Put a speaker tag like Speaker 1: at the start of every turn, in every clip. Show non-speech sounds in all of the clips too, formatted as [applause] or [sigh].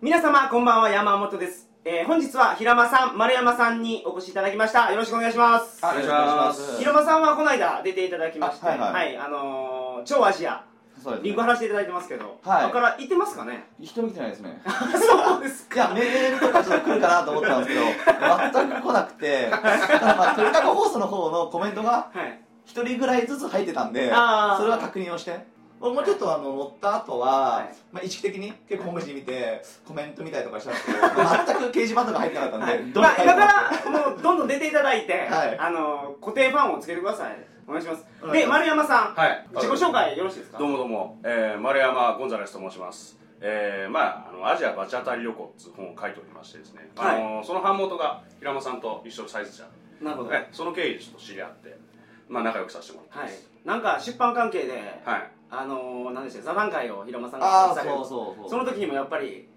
Speaker 1: 皆様こんばんは山本です、えー本日は平間さん丸山さんにお越しいただきましたよろしくお願いします
Speaker 2: あお願いします
Speaker 1: 平間さんはこの間出ていただきまして
Speaker 2: あはいはい
Speaker 1: あのー超アジア
Speaker 2: そうです、ね。
Speaker 1: リンク貼らせていただいてますけど、
Speaker 2: はい
Speaker 1: だから行ってますか
Speaker 2: [laughs]
Speaker 1: ね
Speaker 2: 一人も来てないですね。
Speaker 1: そうです
Speaker 2: いや、メールとかちょっと来るかなと思ったんですけど、全く来なくて、ただまあ、鳥かご放送の方のコメントが、
Speaker 1: はい
Speaker 2: 一人ぐらいずつ入ってたんで、それ
Speaker 1: あー
Speaker 2: は確認をして。もうちょっとあの、乗った後は、
Speaker 1: はい
Speaker 2: まあ、意識的に結構ホームページ見て、コメント見たりとかしたんですけど、全く掲示板とか入ってなかったんで、どれ
Speaker 1: まあ、
Speaker 2: 書い
Speaker 1: だ
Speaker 2: て
Speaker 1: か
Speaker 2: もら
Speaker 1: らもうどんどん出ていただいて、
Speaker 2: はい
Speaker 1: あのー固定ファンをつけてくださいお願いします
Speaker 2: お願い
Speaker 1: で
Speaker 2: します
Speaker 1: 丸山さん、
Speaker 3: はい
Speaker 1: 自己紹介よろしいですか
Speaker 3: どうもどうも、えー、丸山ゴンザレスと申しますえー、まああのアジアバチ当たり旅行」っていう本を書いておりましてですね、
Speaker 1: はい
Speaker 3: あのその版元が平間さんと一緒のサイズじゃん
Speaker 1: なるほど、
Speaker 3: ねその経緯でちょっと知り合ってまあ仲良くさせてもらっ
Speaker 1: は
Speaker 3: て
Speaker 1: い
Speaker 3: ます、
Speaker 1: なんか出版関係で、
Speaker 3: はい、
Speaker 1: あのー、何でしたっけ座談会を平間さん
Speaker 2: あ
Speaker 1: が
Speaker 2: あ、
Speaker 1: され
Speaker 2: そ
Speaker 1: る
Speaker 2: うそう
Speaker 1: そ
Speaker 2: そ
Speaker 1: の
Speaker 2: う。
Speaker 1: 時にもやっぱり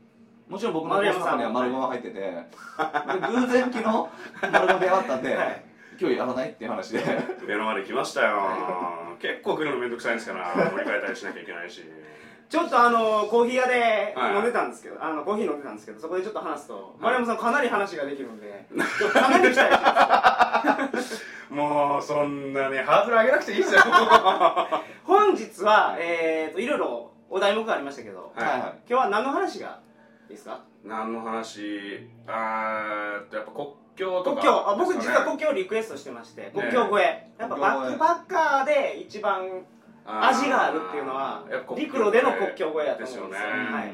Speaker 2: もちろん僕の放送の中には丸ゴンが入ってて、で偶然昨日、丸ゴン出会ったんで、
Speaker 1: はい
Speaker 2: 今日やらないっていう話で。
Speaker 3: 目の前で来ましたよ [laughs] 結構来るのめんどくさいんですから乗り換えたりしなきゃいけないし
Speaker 1: ちょっとあのー、コーヒー屋で
Speaker 3: はい
Speaker 1: 飲んでたんですけど、あのコーヒー飲んでたんですけどそこでちょっと話すと、丸山さんかなり話ができるんでちょっとかなり期待してます
Speaker 3: もうそんなねハードル上げなくていいですよ
Speaker 1: 本日はえー、といろいろお題目がありましたけど、
Speaker 3: はい
Speaker 2: はいはい
Speaker 1: 今日は何の話がいいですか
Speaker 3: [laughs] 何の話あーっとやっぱ国境と
Speaker 1: 国
Speaker 3: か
Speaker 1: 境あ僕
Speaker 3: です
Speaker 1: 実
Speaker 3: か
Speaker 1: は
Speaker 3: ね
Speaker 1: 国境をリクエストしてまして国境越え、やっぱ
Speaker 2: 国
Speaker 1: バ
Speaker 2: 境
Speaker 1: ッ
Speaker 2: 越
Speaker 1: ク
Speaker 2: え
Speaker 1: パッカーで一番味があるっていうのは
Speaker 3: やっぱ国境
Speaker 1: 陸路での国境越えやと
Speaker 3: です
Speaker 1: 思う
Speaker 3: よ
Speaker 1: ん
Speaker 3: ね
Speaker 1: ですよ、はい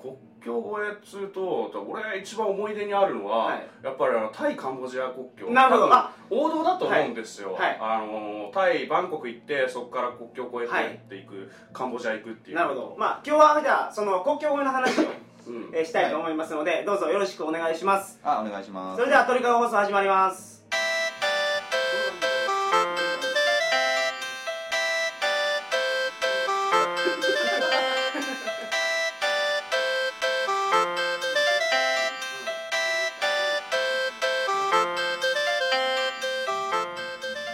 Speaker 3: 国境越えっつうと俺一番思い出にあるのは、
Speaker 1: はい
Speaker 3: やっぱりあのタイカンボジア国境
Speaker 1: なるほ
Speaker 3: 多
Speaker 1: ど
Speaker 3: 分
Speaker 1: あ
Speaker 3: 王道だと思うんですよ、
Speaker 1: はい
Speaker 3: あのタイバンコク行ってそこから国境越
Speaker 1: はい
Speaker 3: えてっていく、カンボジア行くっていう
Speaker 1: なるほどまあ今日はじゃあその国境越えの話を、
Speaker 3: うん
Speaker 1: えーしたいと思いますので、どうぞよろしくお願いします
Speaker 2: あ、お願いします
Speaker 1: そ。れではトリカゴ放送始まります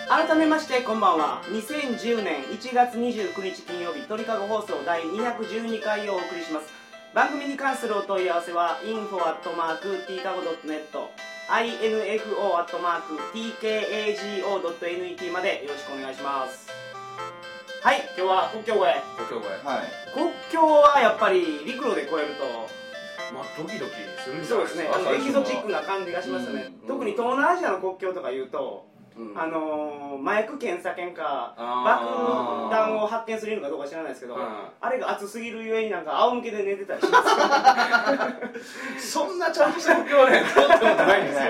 Speaker 1: 改めましてこんばんは2010年1月29日金曜日鳥かご放送第212回をお送りします番組に関するお問い合わせは info.tkago.net info.tkago.net までよろしくお願いしますはい今日は国境越え
Speaker 3: 国境越え
Speaker 2: はい。
Speaker 1: 国境はやっぱり陸路で越える
Speaker 3: まあドキドキするん
Speaker 1: と
Speaker 3: じゃ
Speaker 1: そうで
Speaker 3: ないですす
Speaker 1: ね
Speaker 3: か
Speaker 1: あのエキゾチック
Speaker 3: な、
Speaker 1: な感じがしますよね、
Speaker 3: うん
Speaker 1: 特に東南アジアの国境とかいうと、
Speaker 3: うん
Speaker 1: あのー、麻薬検査犬か
Speaker 3: あ
Speaker 1: 爆
Speaker 3: ー
Speaker 1: 弾を発見するのかどうか知らないですけど、
Speaker 3: うん
Speaker 1: あれが熱すぎるゆえになんか仰向けで寝てたりします
Speaker 3: そんなちゃんとした国境はね通ったことないんです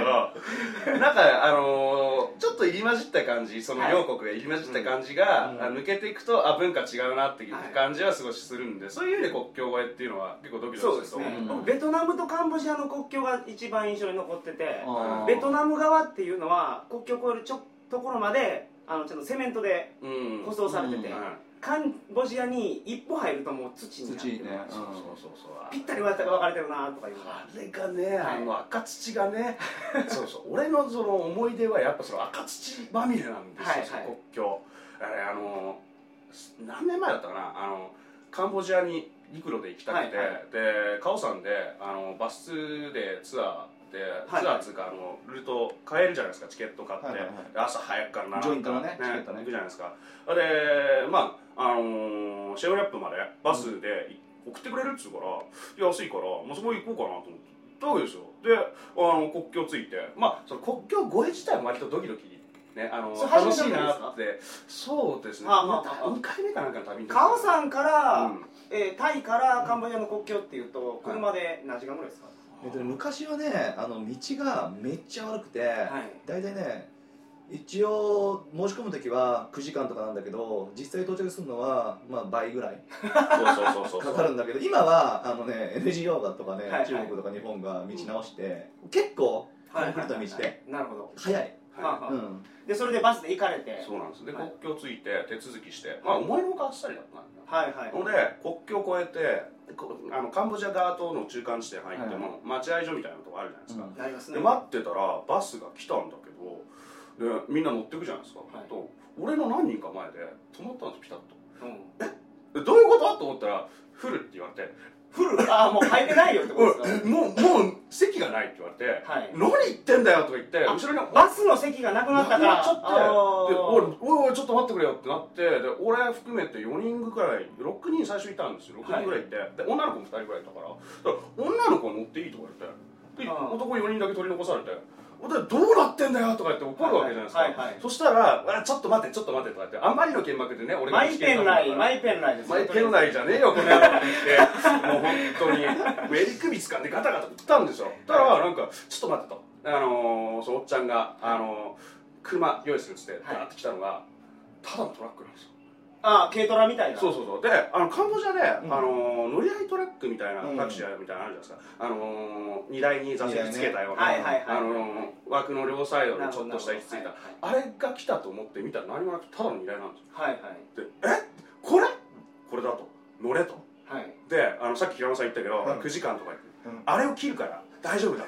Speaker 3: けどなんかあのーちょっと入り混じった感じその
Speaker 1: はい
Speaker 3: 両国が入り混じった感じが、
Speaker 2: うん
Speaker 3: あ抜けていくとあ文化違うなっていう
Speaker 1: はい
Speaker 3: 感じは少しするんで、そういう意味で国境越えっていうのは結構ドキドキすると思う
Speaker 2: うん
Speaker 1: 僕ベトナムとカンボジアの国境が一番印象に残ってて
Speaker 2: あー
Speaker 1: ベトナム側っていうのは国境を越えるちょところまであのちょっとセメントで
Speaker 3: うん
Speaker 1: 舗装されてて、
Speaker 2: うん
Speaker 3: はい
Speaker 1: カンボジアに一歩入るともう土になって
Speaker 2: 土
Speaker 1: る
Speaker 2: ね。うん
Speaker 3: そうそうそうそう
Speaker 1: ぴったり分かれてるなとかいうのが
Speaker 3: あれがね、
Speaker 1: はい
Speaker 3: あの赤土が
Speaker 1: [laughs]
Speaker 3: ねそうそう俺のその思い出はやっぱその赤土まみれなんですよ、
Speaker 1: はいはい
Speaker 3: その国境あれあのす何年前だったかなあのカンボジアに陸路で行きたくて、
Speaker 1: はいは
Speaker 3: でカオさんであのバスでツアーで、
Speaker 1: はい
Speaker 3: ツアーっていうかあのルート変えるじゃないですかチケット買って、
Speaker 2: はいはいはい
Speaker 3: で朝早くからな
Speaker 2: ジョイントのねチケットね
Speaker 3: 行くじゃないですかでまああのーシェムラップまでバスでい送ってくれるっつうから安いからもうそこ行こうかなと思って行ったわけですよであの国境ついてまあその国境越え自体も割とドキドキねあの
Speaker 1: それ
Speaker 3: 楽
Speaker 1: 初
Speaker 3: し
Speaker 1: め
Speaker 3: い
Speaker 1: ての
Speaker 3: な
Speaker 1: こ
Speaker 3: ってそうですね、
Speaker 1: あまあまあ
Speaker 3: 2回目かなんかの旅に
Speaker 1: カオさんから、
Speaker 3: うん
Speaker 1: えータイからカンボジアの国境っていうと車で何時間ぐらいですか、
Speaker 2: えっとね昔はね、あの道がめっちゃ悪くて、
Speaker 1: はい
Speaker 2: 大体ね、一応申し込む時は9時間とかなんだけど、実際到着するのはまあ倍ぐらい
Speaker 3: そうそうそうそう
Speaker 2: か [laughs] かるんだけど、今はあのね NGO がとかね、
Speaker 1: はいはい
Speaker 2: 中国とか日本が道直して、結構コンクリートの道で
Speaker 1: なるほど、
Speaker 2: 早い。
Speaker 3: は
Speaker 1: はあ
Speaker 2: う
Speaker 1: は
Speaker 2: ん。
Speaker 1: あでそれでバスで行かれて
Speaker 3: いそうなんですで
Speaker 1: はい
Speaker 3: 国境ついて手続きしてまあ思いのほかあっさりだったんだ
Speaker 1: はいはい
Speaker 3: ほんで国境を越えてこあのカンボジア側との中間地点入っても、待合所みたいなとこあるじゃないですか、
Speaker 2: うん
Speaker 1: なりますね
Speaker 3: で待ってたらバスが来たんだけどでみんな乗ってくじゃないですか、
Speaker 1: はい
Speaker 3: と俺の何人か前で止まったんですよピタッと
Speaker 1: うん
Speaker 3: えどういうことと思ったら「降る」って言われて「
Speaker 1: フルあもう入れないよってことですか
Speaker 3: もうもう席がないって言われて「
Speaker 1: はい
Speaker 3: 何言ってんだよ」とか言って後ろに
Speaker 1: バスの席がなくなったから
Speaker 3: なくなっちゃって
Speaker 1: あー
Speaker 3: でおいおいおいちょっと待ってくれよってなってで俺含めて4人ぐらい6人最初いたんですよ6人ぐらいいて、で女の子も2人ぐらいいたからだから女の子乗っていいとか言ってで
Speaker 1: ああ
Speaker 3: 男4人だけ取り残されて。でどうなってんだよとか言って怒るわけじゃないですか、
Speaker 1: はいはいはい
Speaker 3: そしたらあ「ちょっと待ってちょっと待って」とか言ってあまりの剣幕でね俺が
Speaker 1: マイペンラインマイペンラインです
Speaker 3: マイペンライじゃねえよこの野郎ってもう本当に襟首掴んでガタガタ打ったんですよたらなんかちょっと待ってとあのー、そのおっちゃんが、あのー、車用意するっつって
Speaker 1: い
Speaker 3: ダーって来たのが、ただのトラックなんですよ
Speaker 1: あー軽トラみたいな
Speaker 3: そうそうそうであのカンボジアで、
Speaker 2: うん
Speaker 3: あのー乗り合いトラックみたいな
Speaker 2: うん
Speaker 3: タクシーみたいなのあるじゃないですか、あのー、荷台に座席つけたような、
Speaker 1: はいはいはい
Speaker 3: あのー、枠の両サイド
Speaker 1: な
Speaker 3: に
Speaker 1: る
Speaker 3: ち
Speaker 1: ほ
Speaker 3: ょ
Speaker 1: ど
Speaker 3: っとした行き着いた、
Speaker 1: はい
Speaker 3: あれが来たと思って見たら何もなくてただの荷台なんですよ
Speaker 1: はい
Speaker 3: でえこれこれだと乗れと
Speaker 1: はいはい
Speaker 3: であのさっき平山さん言ったけど、
Speaker 2: うん
Speaker 3: 9時間とか行く
Speaker 2: うん
Speaker 3: あれを切るから大丈夫だ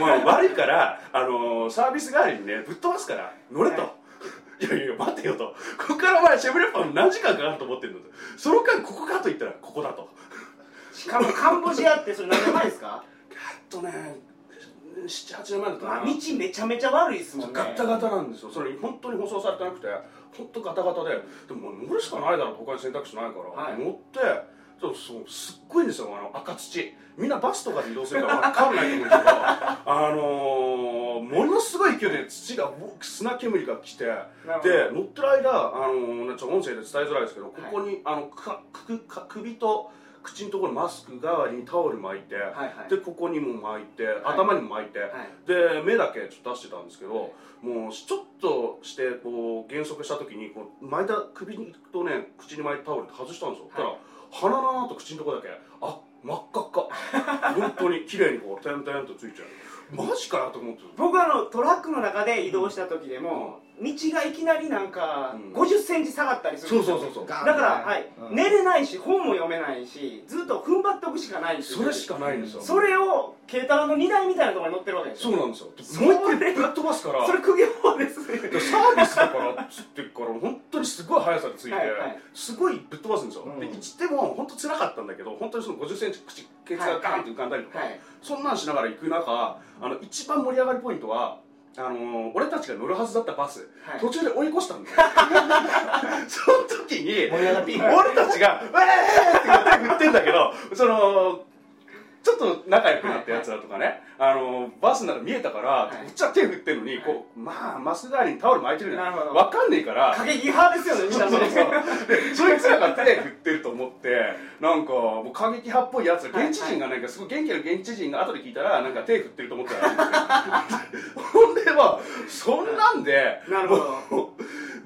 Speaker 3: もう悪いから、あのーサービス代わりにねぶっ飛ばすから乗れと、、
Speaker 1: はい
Speaker 3: やいや待てよとここからお前シェブレッパン何時間かかると思ってるのとその間ここかと言ったらここだと
Speaker 1: しかもカンボジアってそれ何年前です
Speaker 3: [laughs]
Speaker 1: か
Speaker 3: あとね78年前だった
Speaker 1: ま
Speaker 3: な
Speaker 1: あ道めちゃめちゃ悪いですもんね
Speaker 3: ガタガタなんですよそれ本当に舗装されてなくて本当ガタガタででももう乗るしかないだろう他に選択肢ないから、
Speaker 1: はい
Speaker 3: 乗ってそうそうすっごいんですよあの赤土みんなバスとかで移動するから分かんないと思うんですけど [laughs] あのー、ものすごい勢いで土がう砂煙が来て
Speaker 1: なるほど
Speaker 3: で乗ってる間、あのーねちょっと音声で伝えづらいですけどここに、あのかくか首と口のところにマスク代わりにタオル巻いて、
Speaker 1: はいはい
Speaker 3: でここにも巻いて頭にも巻いて、
Speaker 1: はい
Speaker 3: で目だけちょっと出してたんですけどもうちょっとしてこう減速した時にこう巻いた首にとね口に巻いたタオルって外したんです
Speaker 1: はい
Speaker 3: よ、そしたら鼻の穴と口のとこだけあ真っ赤っか本当に綺麗にこう点々とついちゃうマジかよと思って
Speaker 1: 僕あのトラックの中で移動した時でも、道がいきなりなんか
Speaker 3: うん
Speaker 1: 50センチ下がったりするん
Speaker 3: そう
Speaker 1: です
Speaker 3: そ
Speaker 1: よ
Speaker 3: うそうそう
Speaker 2: ガ
Speaker 1: だから、はい
Speaker 2: うん
Speaker 1: 寝れないし本も読めないしずっと踏ん張っておくしかないんですよ
Speaker 3: それしかないんですよ
Speaker 1: それを軽トラの荷台みたいなところに乗ってるわけです
Speaker 3: そ
Speaker 1: よ
Speaker 3: うなんですよ
Speaker 1: そ
Speaker 3: も
Speaker 1: れ
Speaker 3: う一回ぶっ飛ばすから
Speaker 1: それ苦行です
Speaker 3: でサービスだからっつってから本当にすごい速さでついて、
Speaker 1: はいはい
Speaker 3: すごいぶっ飛ばすんですよ、
Speaker 2: うん
Speaker 3: で一でも本当辛かったんだけど本当にその5 0ンチ口ケツがガーンって浮かんだりとか、
Speaker 1: はい
Speaker 3: そんなんしながら行く中あの一番盛り上がるポイントはあのー俺たちが乗るはずだったバス、
Speaker 1: はい
Speaker 3: 途中で追い越したんですよその時に
Speaker 2: 盛り上がっていい
Speaker 3: 俺たちが「ウェー!」って手振ってんだけどそのちょっと仲良くなったやつらとかね、あのーバスなら見えたから、
Speaker 1: い
Speaker 3: こっちは手振ってんのにこうまあマスク代わりにタオル巻いてるじゃない
Speaker 1: なるほど
Speaker 3: わかんねえから
Speaker 1: 過激派ですよねみん
Speaker 3: そ
Speaker 1: な
Speaker 3: う
Speaker 1: ね
Speaker 3: そうそうでそいつらが手振ってると思ってなんかもう過激派っぽいやつら現地人がなんかすごい元気な現地人が後で聞いたらなんか手振ってると思ったらしいんですよほんでまあそんなんで
Speaker 1: なるほど
Speaker 3: もう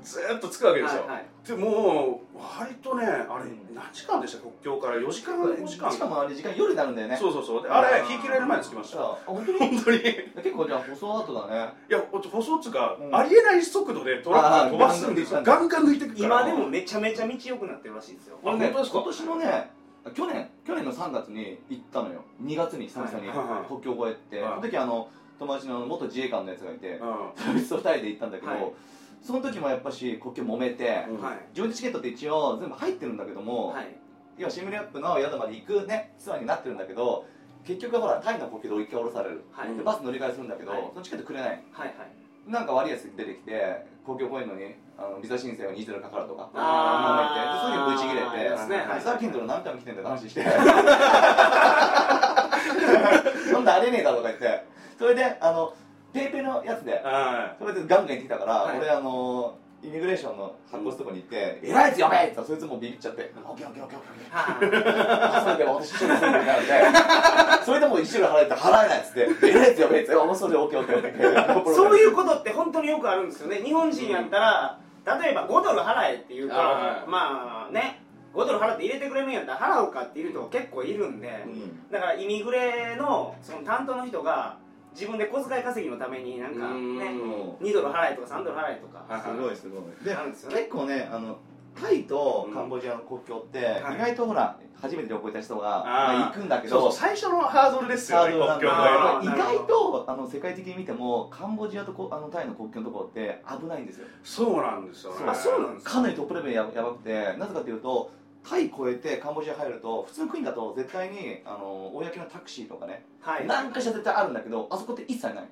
Speaker 3: ずーっとつくわけですよ、
Speaker 1: はいはい
Speaker 3: でもう割とねあれ
Speaker 2: うん
Speaker 3: 何時間でした国境から4時間
Speaker 2: そうだね
Speaker 3: 5時間
Speaker 2: しかもあれ時間夜になるんだよね
Speaker 3: そうそうそうであれ
Speaker 1: あー
Speaker 3: 日切れる前に着きまし
Speaker 2: さ
Speaker 3: た
Speaker 2: あ本当に
Speaker 3: 本当にい
Speaker 2: 結構じゃあ細後だね
Speaker 3: や舗装っつうか、
Speaker 2: うん
Speaker 3: ありえない速度でトラックを飛ばすんですよ
Speaker 2: あー
Speaker 3: ガンガン抜いてくから
Speaker 1: 今でもめちゃめちゃ道良くなってるらしいですよ
Speaker 3: あ
Speaker 2: 俺ね
Speaker 3: 本当ですか
Speaker 2: 今年のね去年去年の3月に行ったのよ2月に久々に
Speaker 3: はいはいはい
Speaker 2: 国境越えって、
Speaker 3: はい
Speaker 2: その時あの友達の元自衛官のやつがいて
Speaker 3: うん
Speaker 2: そいつと2人で行ったんだけど、
Speaker 1: はい
Speaker 2: その時もやっぱし国境揉めて、
Speaker 3: うん
Speaker 1: はい
Speaker 2: 自分でチケットって一応全部入ってるんだけども、
Speaker 1: はい
Speaker 2: 要はシムリアップの宿まで行くねツアーになってるんだけど結局ほらタイの国境で一回降ろされる、
Speaker 1: はい
Speaker 2: でバス乗り換えするんだけど、
Speaker 1: はい
Speaker 2: そのチケットくれない
Speaker 1: はいはい
Speaker 2: なんか悪いやつ出てきて公共公園のにあのビザ申請が20かかるとか
Speaker 1: あー
Speaker 2: あんなの言ってでそういうのぶち切れて
Speaker 1: ですねはいはい
Speaker 2: さっきのとこ何回も来てんだよって話して
Speaker 1: [laughs]
Speaker 2: そんなあれねえだろとか言ってそれであのペイペイのやつで
Speaker 3: は
Speaker 2: それでガンガン行ってきたから、
Speaker 1: はい
Speaker 2: 俺あのイミグレーションの発行するとこに行って「偉いやつやべえ!」って言ったらそいつもうビビっちゃって「オッケーオッケーオッケーオッケー」
Speaker 1: は
Speaker 2: それで私一緒に住んでるからねそれでも一緒に払えて払えないっつって「ええっつよええっつよもうそれで OKOKOK」
Speaker 1: いそういうことって本当によくあるんですよね日本人やったら、例えば5ドル払えって言うから
Speaker 3: はい
Speaker 1: まあね5ドル払って入れてくれるんやったら払うかっていう人が結構いるんで、
Speaker 2: うん
Speaker 1: だからイミグレのその担当の人が自分で小遣い稼ぎのためになんか
Speaker 3: う
Speaker 1: ね
Speaker 3: ん
Speaker 1: 2ドル払えとか3ドル払えとか、
Speaker 3: はい
Speaker 2: すごいすごいで
Speaker 1: あるんですよね
Speaker 2: 結構ねあのタイとカンボジアの国境って
Speaker 1: うん
Speaker 2: 意外とほら初めて旅行行った人が
Speaker 3: ー
Speaker 2: まあ行くんだけ
Speaker 3: そうそう
Speaker 2: ど
Speaker 3: 最初のハードルです
Speaker 2: ハ
Speaker 3: よ
Speaker 2: ー
Speaker 3: ね
Speaker 2: ドルなん
Speaker 3: 国境
Speaker 1: あ
Speaker 3: が
Speaker 1: ー
Speaker 2: だけど意外とあの世界的に見てもカンボジアとこあのタイの国境のところって危ないんですよ
Speaker 3: そうなんですよね
Speaker 1: あそうなんですか
Speaker 2: かなりトップレベルややばくてなぜかというとタイ越えてカンボジア入ると普通の国だと絶対にあの公のタクシーとかね、
Speaker 1: はい
Speaker 2: なんかしら絶対あるんだけどあそこって一切ない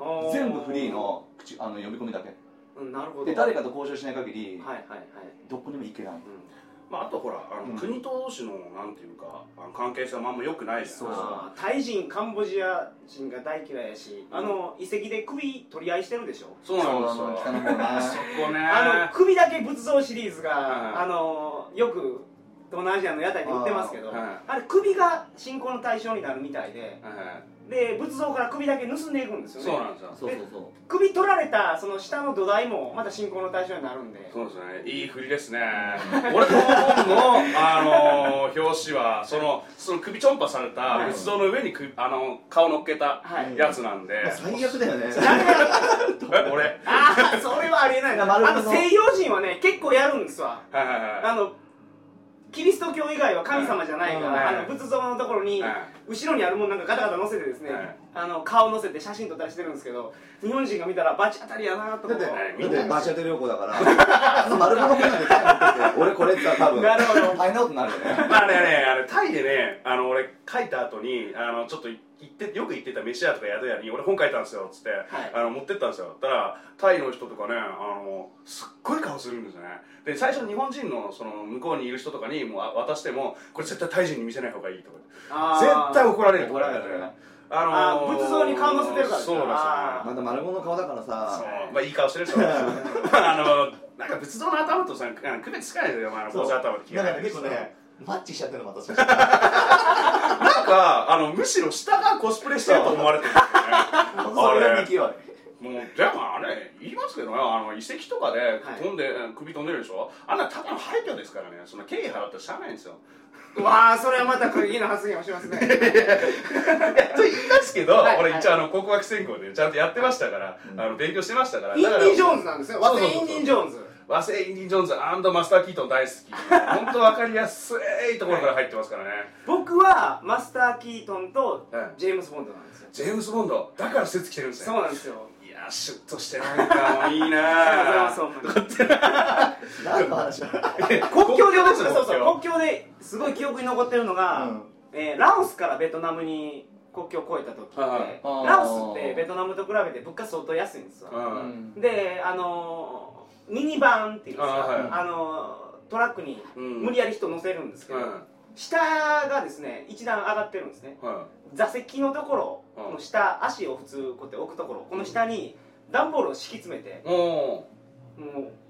Speaker 1: あー
Speaker 2: 全部フリーの口あの呼び込みだけ
Speaker 1: うんなるほど
Speaker 2: で誰かと交渉しない限り、
Speaker 1: はいはいはい
Speaker 2: どこにも行けない
Speaker 3: うんまあ、あとほらあの、
Speaker 2: うん
Speaker 3: 国と同士のなんていうかあの関係性はあんま良くないじゃないです
Speaker 2: そうそう
Speaker 3: か
Speaker 1: あータイ人カンボジア人が大嫌いやし、
Speaker 3: うん
Speaker 1: あの遺跡で首取り合いしてるでしょ
Speaker 3: そうなんですよ
Speaker 2: そうなの汚いもんね
Speaker 3: あそこね
Speaker 1: あの首だけ仏像シリーズ
Speaker 3: はい
Speaker 1: があのよく東南アジアの屋台で売ってますけど
Speaker 3: はい
Speaker 1: あれ首が信仰の対象になるみたいで
Speaker 3: は
Speaker 1: で仏像から首だけ盗んでいくんです
Speaker 3: い
Speaker 1: よ
Speaker 3: そう
Speaker 1: ね
Speaker 3: なんですよ
Speaker 2: そうそうそう
Speaker 1: 首取られたその下の土台もまた信仰の対象になるんで
Speaker 3: そうですねいい振りですね俺の本の、あのー表紙はそのその首ちょんぱされた
Speaker 1: はい
Speaker 3: 仏像の上にく、あの顔乗っけた
Speaker 1: はい
Speaker 3: やつなんで、
Speaker 2: まあ最悪だよね
Speaker 3: え [laughs] 俺はい
Speaker 1: ああそれはありえないな
Speaker 2: 丸
Speaker 1: あ
Speaker 2: 物
Speaker 1: の西洋人はね結構やるんですわ
Speaker 3: はいはいは
Speaker 1: あのキリスト教以外は神様じゃないか
Speaker 2: はい
Speaker 1: らあの仏像のところ
Speaker 3: い
Speaker 1: に
Speaker 3: はい
Speaker 1: 後ろにあるもんなんかガタガタ載せてですね
Speaker 3: はい
Speaker 1: あの顔載せて写真撮ったりしてるんですけど日本人が見たらバチ当たりやなと思
Speaker 2: だ
Speaker 1: う
Speaker 2: って
Speaker 3: はい
Speaker 2: だってバーチャル旅行だから丸物なんで多分俺これって言ったら多分
Speaker 1: なるほど
Speaker 2: 大変なことになるよね
Speaker 3: まあねあれタイでねあの俺書いた後にあのちょっと行ってよく行ってた飯屋とか宿屋に俺本書いたんですよっつって、あの持ってったんですよだからタイの人とかねあのすっごい顔するんですよねで最初日本人のその向こうにいる人とかにもうあ渡してもこれ絶対タイ人に見せない方がいいとか
Speaker 1: あー
Speaker 3: 絶対怒られると
Speaker 2: 怒
Speaker 3: からね
Speaker 2: れるよね
Speaker 3: あ
Speaker 1: あー仏像に顔乗せてるから
Speaker 3: そうなん
Speaker 1: あ
Speaker 2: また丸物の顔だから
Speaker 3: ですよ
Speaker 2: さ
Speaker 3: ねそうまあいい顔してるでしょ
Speaker 1: [laughs]
Speaker 3: あのなんか仏像の頭とさあの区別つかないですよ、まあ、あの坊主頭で着
Speaker 2: だ
Speaker 3: 替
Speaker 2: か
Speaker 3: え
Speaker 2: ら
Speaker 3: てる
Speaker 2: 結
Speaker 3: 人
Speaker 2: 構ねマッチしちゃってるの私た
Speaker 3: なんかあのむしろ下がコスプレしてると思われてるんですよね
Speaker 2: ちそれが勢い
Speaker 1: [laughs]
Speaker 3: もうでもあれ言いますけどねあの遺跡とかで飛んで、首飛んでるでしょあんなただの廃墟ですからねその経費払ったらしゃあないんですよ
Speaker 1: わあそれはまた不利な発言をし
Speaker 3: [laughs]
Speaker 1: ますね
Speaker 3: と言いますけど、
Speaker 1: はい
Speaker 3: 俺一応あの高校学専攻でちゃんとやってましたから、
Speaker 2: うん
Speaker 3: あの勉強してましたから
Speaker 1: インデ
Speaker 3: だから
Speaker 1: ィ・ジョーンズなんですよ和製インディ・ジョーンズ
Speaker 3: 和製インディ・ジョーンズマスター・キートン大好き本当わかりやすいところから入ってますからね、
Speaker 1: 僕はマスター・キートンと
Speaker 3: はい
Speaker 1: ジェームス・ボンドなんですよ
Speaker 3: ジェームズ・ボンドだからスーツ着てるんですね
Speaker 1: そうなんですよ
Speaker 3: いやシュッとしてなんかもうい
Speaker 1: [laughs]
Speaker 3: いな
Speaker 1: あ
Speaker 3: ぁ
Speaker 1: りがとうございますほんまに
Speaker 2: 何の話だ
Speaker 1: 国境で
Speaker 3: すよ
Speaker 1: そうそう国境ですごい記憶に残ってるのが、えーラオスからベトナムに国境を越えた時って、
Speaker 3: はい
Speaker 2: はい
Speaker 1: ラオスってベトナムと比べて物価相当安いんですよ、
Speaker 3: うん
Speaker 1: であのーミニバンっていうんですか
Speaker 3: あ
Speaker 1: あ、
Speaker 3: はい
Speaker 1: のートラックに
Speaker 3: うん
Speaker 1: 無理やり人乗せるんですけ
Speaker 3: う
Speaker 1: ど、
Speaker 3: ん
Speaker 1: 下がですね一段上がってるんですね
Speaker 3: うん
Speaker 1: 座席のところ
Speaker 3: うん
Speaker 1: この下足を普通こうやって置くところこの下に段ボールを敷き詰めて
Speaker 3: おー
Speaker 1: も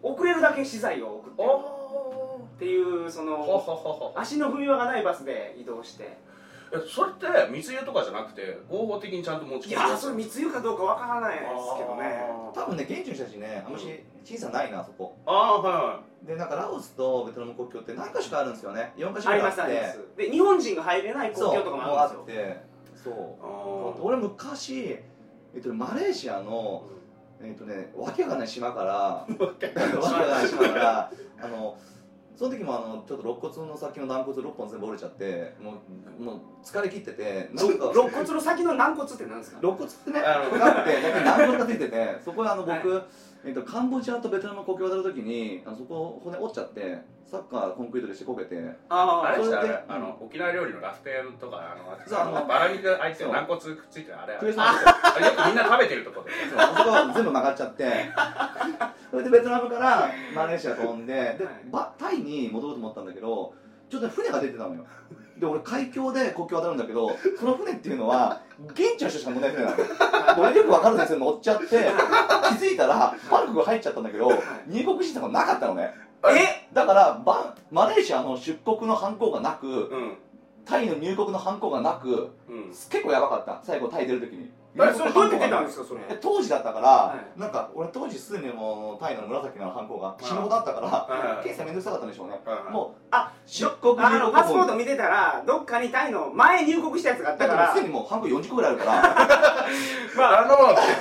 Speaker 1: う遅れるだけ資材を送ってる
Speaker 3: おー
Speaker 1: っていうそ
Speaker 3: はは
Speaker 1: の
Speaker 3: はは
Speaker 1: 足の踏み場がないバスで移動して
Speaker 3: えそれって密輸とかじゃなくて合法的にちゃんと持ち
Speaker 1: い
Speaker 3: 込
Speaker 1: やーそれ密輸かどうかわからないですけどね
Speaker 3: あー
Speaker 2: 多分ね現地の人たちねあんまし審査ないなそこ
Speaker 3: あーは
Speaker 2: でなんかラオスとベトナム国境って何か所かあるんですよね4か所
Speaker 1: あり
Speaker 2: か
Speaker 1: ます
Speaker 2: あ
Speaker 1: あ
Speaker 2: っ
Speaker 1: りま
Speaker 2: て
Speaker 1: すで日本人が入れない国
Speaker 2: そう
Speaker 1: 境とかもあるん
Speaker 2: っ
Speaker 1: ですよ
Speaker 2: てそう
Speaker 3: い
Speaker 2: 俺昔えっとねマレーシアのえっとねわけがない島からわけがない島からあのその時もあのちょっと肋骨の先の軟骨6本全部折れちゃってもうもう疲れ切っててなんか
Speaker 1: 肋骨の先の軟骨って何ですか
Speaker 2: 肋骨ってね、
Speaker 3: あの
Speaker 2: 深くて、なんか軟骨がついてて、そこであの僕、えっと、カンボジアとベトナムの国境を渡るときに、あのそこ骨折っちゃって、サッカーコンクリートでしてこけて、
Speaker 1: あ
Speaker 3: あれですよあ
Speaker 2: それ
Speaker 3: れ
Speaker 2: で
Speaker 3: あの沖縄料理のラフテンとか
Speaker 2: そう
Speaker 3: あのあのバラ肉があいて
Speaker 2: そう
Speaker 3: 軟骨くっついてるあれあ
Speaker 2: ク
Speaker 3: れ
Speaker 2: リ
Speaker 3: よ
Speaker 2: スマス
Speaker 3: くみんな食べてるとこで
Speaker 2: そうあそこ全部曲がっちゃって、それでベトナムからマレーシア飛んで、でばタイに戻ろうと思ったんだけど、ちょっと船が出てたのよ。で、俺、海峡で国境渡るんだけど、その船っていうのは、現地の人しか乗れない船なの。俺よくわかるんですよ、乗っちゃって、気づいたら、バンコク入っちゃったんだけど、入国審査がなかったのね。
Speaker 1: え
Speaker 2: だからバンマレーシアの出国の犯行がなく
Speaker 3: うん
Speaker 2: タイの入国の犯行がなく
Speaker 3: うん
Speaker 2: 結構やばかった最後タイ出るときに
Speaker 1: えそれどうやって出たん
Speaker 2: で
Speaker 1: ですかそれ
Speaker 2: 当時だったから、
Speaker 1: は
Speaker 2: なんか俺当時すでにもうタイの紫の犯行が死ぬほどあったか
Speaker 3: あ
Speaker 2: ら検査めんどくさかったんでしょうね
Speaker 3: あ
Speaker 2: もう
Speaker 1: あ
Speaker 2: 出国
Speaker 1: あのパスポー
Speaker 2: も
Speaker 1: ト見てたらどっかにタイの前入国したやつがあっ
Speaker 2: だ
Speaker 1: た
Speaker 2: か
Speaker 1: からら
Speaker 2: すでにもう犯行40個ぐらいあ
Speaker 1: [laughs]
Speaker 2: るから
Speaker 3: まああの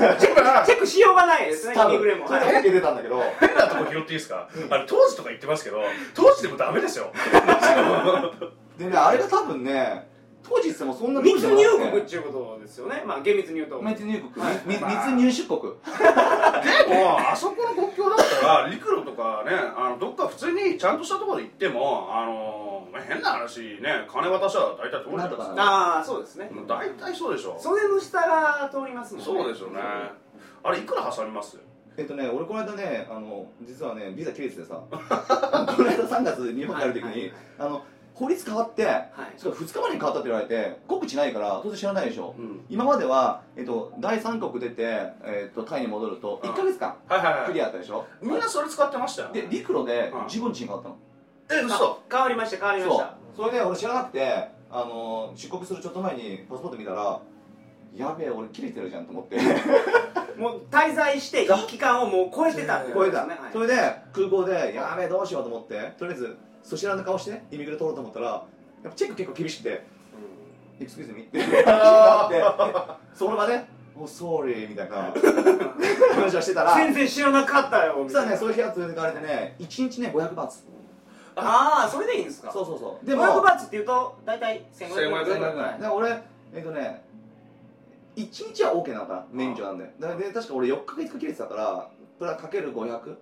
Speaker 3: 今
Speaker 1: チェックしようがないですねイ
Speaker 2: 多
Speaker 1: ミグレも
Speaker 2: 分それ
Speaker 1: はい
Speaker 2: で OK 出たんだけど
Speaker 3: 変なとこ拾っていいですかあの当時とか言ってますけど当時でもダメですよ
Speaker 2: でねあれが多分ね当時ってもそんな
Speaker 1: 密入
Speaker 2: 国
Speaker 1: 国っていうことですよねまあ厳密に言うと
Speaker 2: 密入国、
Speaker 1: はい
Speaker 2: みみ
Speaker 3: まあ
Speaker 2: 密入出国
Speaker 3: でもあそこの国境だったら陸路とかねあのどっか普通にちゃんとしたところで行ってもあのまあ変な話ね金渡したら大体通るじゃないです
Speaker 2: なんとか
Speaker 3: か
Speaker 2: な
Speaker 1: ああそうですね
Speaker 3: もう大体そうでしょ
Speaker 1: それの下が通りますもんね
Speaker 3: そうですよねあれいくら挟みます
Speaker 2: えっとね俺この間ねあの実はねビザ切れててさ [laughs] この間3月日本帰る時に、
Speaker 1: はいはい
Speaker 2: あの法律変わって
Speaker 1: はい
Speaker 2: しかも2日前に変わったって言われて告知ないから当然知らないでしょ
Speaker 3: うん
Speaker 2: 今までは、えっと、第三国出て、えっと、タイに戻ると
Speaker 3: うん
Speaker 2: 1か月間
Speaker 3: はいはいは
Speaker 2: ク
Speaker 3: い
Speaker 2: リアだったでしょ、
Speaker 3: みんなそれ使ってましたよ
Speaker 2: で陸路で
Speaker 3: うん
Speaker 2: 15日に変わったの、
Speaker 3: え嘘
Speaker 1: 変わりました変わりまし
Speaker 2: そう
Speaker 1: た
Speaker 2: それで俺知らなくてあの出国するちょっと前にパスポート見たらやべえ俺切れてるじゃん
Speaker 1: [laughs]
Speaker 2: と思って
Speaker 1: もう滞在していい期間をもう超えてたってこ
Speaker 2: 超
Speaker 1: と
Speaker 2: え
Speaker 1: です
Speaker 2: た、
Speaker 1: ね
Speaker 2: そ
Speaker 1: はい
Speaker 2: れで空港でやべえどうしようと思ってとりあえずそちらの顔してイミグレ通ろうと思ったらやっぱチェック結構厳しくて「エクスキューズミ」って [laughs] なってその場で「おソーリー」みたいな話をして
Speaker 1: [laughs]
Speaker 2: たら
Speaker 1: 全然知らなかったよ
Speaker 2: そしたらねそういう部屋連れてかれてね1日ね500バーツ
Speaker 1: ああそれでいいんですか
Speaker 2: そうそうそう
Speaker 1: で
Speaker 2: で
Speaker 1: も
Speaker 2: も
Speaker 1: 500バーツっていうと大体1500
Speaker 3: 1500
Speaker 1: 円
Speaker 3: 1500
Speaker 1: はい
Speaker 2: で俺えっとね1日は OK なのかな免除なんでだからで確か俺4日か5日切れてたからプラかける500かける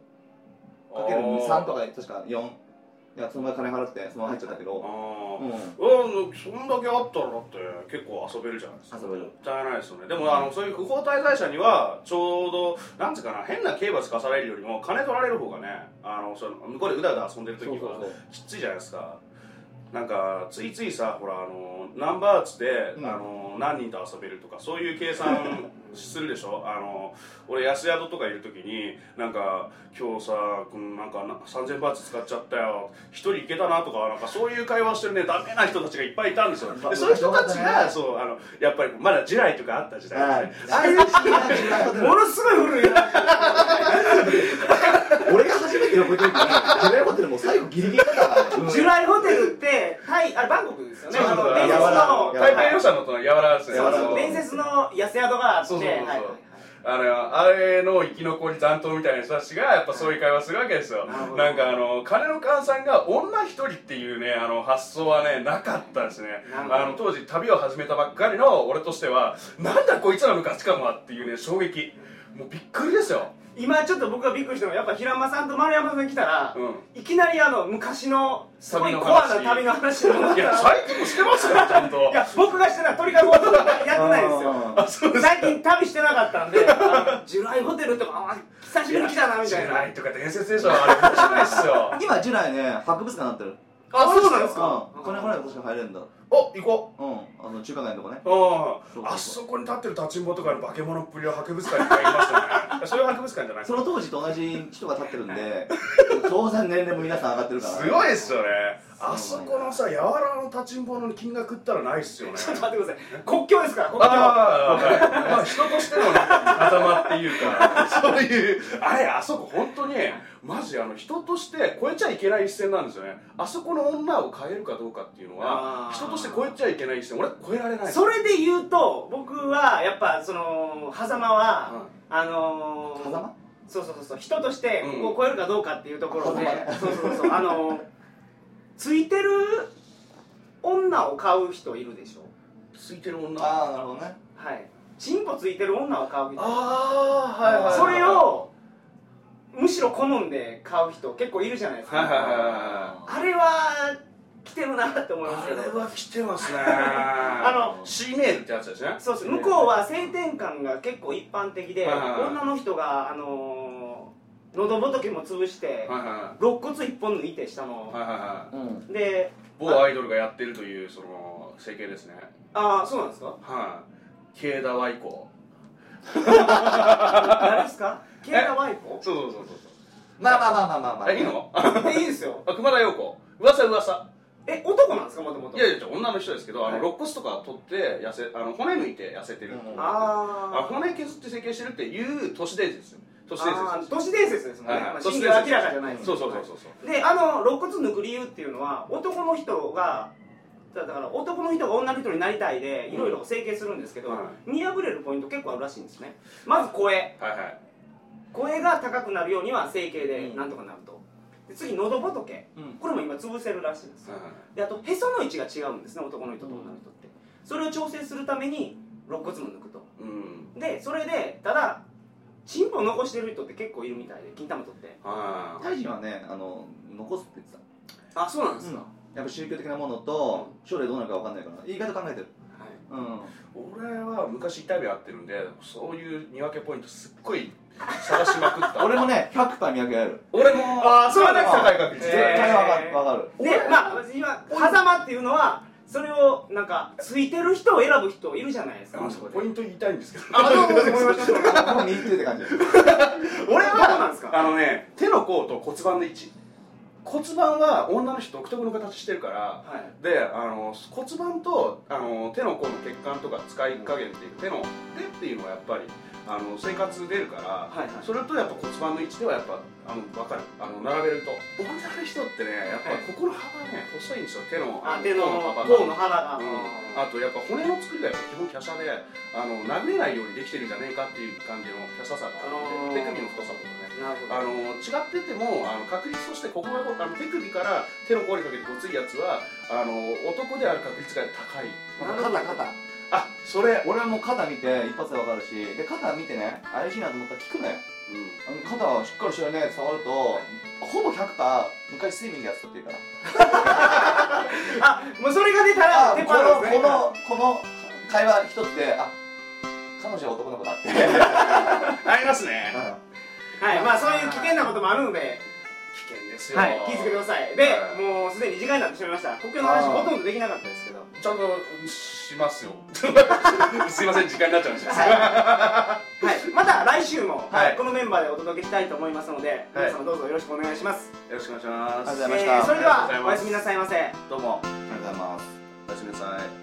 Speaker 2: 3とか確か4いやそのまま金払ってそのまま入っちゃったけ
Speaker 3: あ
Speaker 2: ど
Speaker 3: ー
Speaker 2: うん
Speaker 3: うん、そんだけあったらだって結構遊べるじゃないですか
Speaker 2: 遊べる
Speaker 3: もったいないですよねでもあのそういう不法滞在者にはちょうどなんつうかな変な刑罰課されるよりも金取られる方がねあのその向こうでうだうだ遊んでる時
Speaker 2: そうそう
Speaker 3: は
Speaker 2: そう
Speaker 3: きついじゃないですかなんかついついさほらあのナンバーツで、
Speaker 2: うん
Speaker 3: あの何人と遊べるとかそういう計算するでしょあの俺安宿とかいる時になんか今日さこのなんかな3000バーツ使っちゃったよ一人行けたなとかなんかそういう会話してるねダメな人たちがいっぱいいたんですよでそういう人たちが、そうあのやっぱりまだ地雷とかあった時代ですね、
Speaker 2: ああいう時期なんてなかった
Speaker 1: ものすごい古いな
Speaker 2: 俺が初めて横行った時にジュレホテルもう最後ギリギリだったからね
Speaker 1: ジュライホテルって、はい、あれバンコクですよね。
Speaker 3: そう
Speaker 1: あ
Speaker 3: そうそ
Speaker 1: の
Speaker 3: う
Speaker 1: 伝説
Speaker 2: やわら
Speaker 1: の、
Speaker 2: や
Speaker 1: は
Speaker 2: わら
Speaker 3: 台北予
Speaker 1: い
Speaker 3: 算のとの柔らかさですね
Speaker 2: やわらか
Speaker 1: そう伝説の安宿があって、
Speaker 3: そ
Speaker 1: は
Speaker 3: うそうそうそう
Speaker 1: い
Speaker 3: あのあれの生き残り残党みたいな人たちがやっぱそういう会話するわけですよ
Speaker 1: なるほど
Speaker 3: なんかあの金の換算が女一人っていうねあの発想はねなかったですね
Speaker 1: なるほど
Speaker 3: あの当時旅を始めたばっかりの俺としてはなんだこいつらの価値観はっていうね衝撃もうびっくりですよ
Speaker 1: 今ちょっと僕がびっくりしたのは、やっぱ平間さんと丸山さん来たら、
Speaker 3: うん
Speaker 1: いきなりあの昔のすごいコアな旅
Speaker 3: 旅
Speaker 1: の
Speaker 3: の
Speaker 1: 話になっ
Speaker 3: いや
Speaker 1: た。
Speaker 3: 最近もしてますよちゃんと
Speaker 1: いや、僕がしてたら鳥かごはやってないですよ。
Speaker 2: あー
Speaker 3: あそうです
Speaker 1: 最近旅してなかったん [laughs] で、あのジュライホテルとか、あ久しぶりに来たなみ
Speaker 3: 知
Speaker 1: たい
Speaker 3: ら
Speaker 1: な。
Speaker 3: ないとか伝説でしょあれ面白いっすよ
Speaker 2: 今ジュライね博物館になってる
Speaker 1: あ、そうなんで
Speaker 2: うん
Speaker 1: すか。
Speaker 2: これ払えば確か入れるんだ
Speaker 3: お行こう
Speaker 2: うんあの中華街のとこねそうそうそう
Speaker 3: ああそこに立ってる立ちんぼとかの化け物っぷりは博物館にいっぱいいましたね [laughs] そういう博物館じゃない
Speaker 2: その当時と同じ人が立ってるんで [laughs] 当然年齢も皆さん上がってるからね
Speaker 3: すごいっすよねあそこのさやわらの立ちんぼの金額ったらないっす [laughs] よね
Speaker 1: ちょっと待ってください。国境ですから、国境。
Speaker 3: ああ、まあ人としての頭っていうか [laughs] そういうあれあそこ本当にマジあの人として超えちゃいけない一線なんですよねあそこの女を変えるかどうかっていうのは
Speaker 1: あー
Speaker 3: 人として超えちゃいけない一線俺超えられない
Speaker 1: それで言うと僕はやっぱその狭間は、あのー、
Speaker 2: 風間
Speaker 1: そうそうそうそう人として
Speaker 3: うん
Speaker 1: ここを超えるかどうかっていうところで、
Speaker 2: 狭間ね
Speaker 1: そうそうそうあのー、ついてる女を買う人いるでしょ
Speaker 3: ついてる女あ
Speaker 2: ああなるほどね
Speaker 1: はいチンポついてる女を買う人
Speaker 3: あーはいはいはい、はい、
Speaker 1: それをむしろ好んで買う人結構いるじゃないですか、
Speaker 3: はいはいはいはい
Speaker 1: あれは来てるなって思います
Speaker 3: あ
Speaker 1: けど
Speaker 3: れは来てますね
Speaker 1: あ
Speaker 3: [laughs] あ
Speaker 1: の
Speaker 3: C メールってやつですね
Speaker 1: そうです向こうは性転換が結構一般的で、
Speaker 3: はいはいはい
Speaker 1: 女の人が、あのー、喉仏も潰して、
Speaker 3: はいはいは
Speaker 1: 肋骨一本抜いて下の、
Speaker 3: いはいはいはい
Speaker 2: うん
Speaker 1: で
Speaker 3: 某アイドルがやってるというその整形ですね
Speaker 1: ああそうなんです
Speaker 3: [laughs]
Speaker 1: か
Speaker 3: はい慶田和以降
Speaker 1: 誰ですかケイタワイコ
Speaker 3: そうそうそうそう
Speaker 2: まあまあまあまあまあまあ
Speaker 3: あ [laughs] いいの
Speaker 1: えいいですよ
Speaker 3: あ熊田陽子噂噂
Speaker 1: え男なんですかもともと
Speaker 3: いやいやいや女の人ですけど、あ
Speaker 1: はい
Speaker 3: の肋骨とか取って痩せあの骨抜いて痩せてる、
Speaker 2: うん
Speaker 3: あ
Speaker 1: あー
Speaker 3: 骨削って整形してるっていう都市伝説ですよ都市伝
Speaker 1: あー
Speaker 3: 説
Speaker 1: 都市伝説ですもんね、
Speaker 3: はいはい
Speaker 1: まあ、
Speaker 3: 都市
Speaker 1: 真
Speaker 3: 伝
Speaker 1: 偽
Speaker 3: 説
Speaker 1: は明らかじゃないです
Speaker 3: そうそうそうそうそう
Speaker 1: であの肋骨抜く理由っていうのは男の人がだから男の人が女の人になりたいでいろいろ整形するんですけど、
Speaker 3: はい
Speaker 1: 見破れるポイント結構あるらしいんですねまず声
Speaker 3: はいはい
Speaker 1: 声が高くなるようには整形でなんとかなると、で次喉仏
Speaker 2: うん
Speaker 1: これも今潰せるらしいですよであとへその位置が違うんですね男の人と女の人ってそれを調整するために肋骨も抜くと
Speaker 3: うん
Speaker 1: でそれでただチンポ残してる人って結構いるみたいで金玉取って
Speaker 3: は
Speaker 2: タイ人はねあの残すって言ってた
Speaker 1: あそうなん
Speaker 2: うんやっぱ宗教的なものと将来どうなるか分かんないから言い方考えてるうん
Speaker 3: い俺は昔痛み合ってるんでそういう見分けポイントすっごい探しまく [laughs] った
Speaker 2: 俺もね100%見分けられる
Speaker 3: 俺も
Speaker 2: あーそうなんだ
Speaker 3: だ高い確率
Speaker 2: 絶
Speaker 1: えー
Speaker 2: 対分かる分かる
Speaker 1: でまあ私今狭間っていうのはそれをなんかついてる人を選ぶ人いるじゃないですかあそこで
Speaker 3: ポイント言いたいんですけど
Speaker 1: あどうもどうも思いました
Speaker 2: もう見入ってるって感じ
Speaker 3: 俺
Speaker 1: どうなん
Speaker 3: は
Speaker 1: ですか
Speaker 3: [laughs] あのね手の甲と骨盤の位置骨盤は女の人独特の形してるから
Speaker 1: はい
Speaker 3: であの骨盤とあの手の甲の血管とか使い加減っていう手の手っていうのはやっぱりあの生活出るか
Speaker 1: は
Speaker 3: ら、
Speaker 1: いはい
Speaker 3: それとやっぱ骨盤の位置ではやっぱあの分かるあの並べると女の人ってねやっぱ
Speaker 1: はい
Speaker 3: ここの幅ね細いんですよ手の
Speaker 1: あ手の
Speaker 3: 甲
Speaker 1: 甲
Speaker 3: 幅
Speaker 1: の腹が
Speaker 3: うん、あとやっぱ骨の作りがやっぱ基本華奢であの殴れないようにできてるんじゃねえかっていう感じの華奢さがあって
Speaker 1: あー
Speaker 3: 手首の太さとかね
Speaker 1: なるほど
Speaker 3: あの違っててもあの確率としてここがこうあの手首から手の甲にかけてごついやつはあの男である確率が高い
Speaker 2: 肩肩
Speaker 3: あそれ、
Speaker 2: 俺はもう肩見て一発で分かるしで肩見てね怪しいなと思ったら聞くなよ
Speaker 3: う
Speaker 2: あの肩はしっかりしてるね触るとほぼ100%昔スイミングやってたっていうから
Speaker 1: あもうそれが出たら
Speaker 2: あ
Speaker 1: 鉄
Speaker 2: こ
Speaker 1: 板なんですね
Speaker 2: のこのこの会話一つであ彼女は男の子だ [laughs] って
Speaker 3: ん、ありますね
Speaker 1: はいまあそういう危険なこともあるので
Speaker 3: 危険ですよ、
Speaker 1: はい気をつけてくださいで
Speaker 3: はい
Speaker 1: もうすでに時間になってしまいました国境の話ほとんどできなかったですけど
Speaker 3: ちゃんとしますよすいません時間になっちゃいました、
Speaker 1: はい、はい、また来週も、
Speaker 3: はい
Speaker 1: このメンバーでお届けしたいと思いますので、皆様どうぞよろしくお願いします、
Speaker 3: よろしくお願いします
Speaker 2: ありがとうございました
Speaker 1: えーそれでは
Speaker 3: ありがとう
Speaker 1: お
Speaker 3: ございます
Speaker 1: やすみなさいませ
Speaker 3: どうも
Speaker 2: ありがとうございます
Speaker 3: おやすみなさい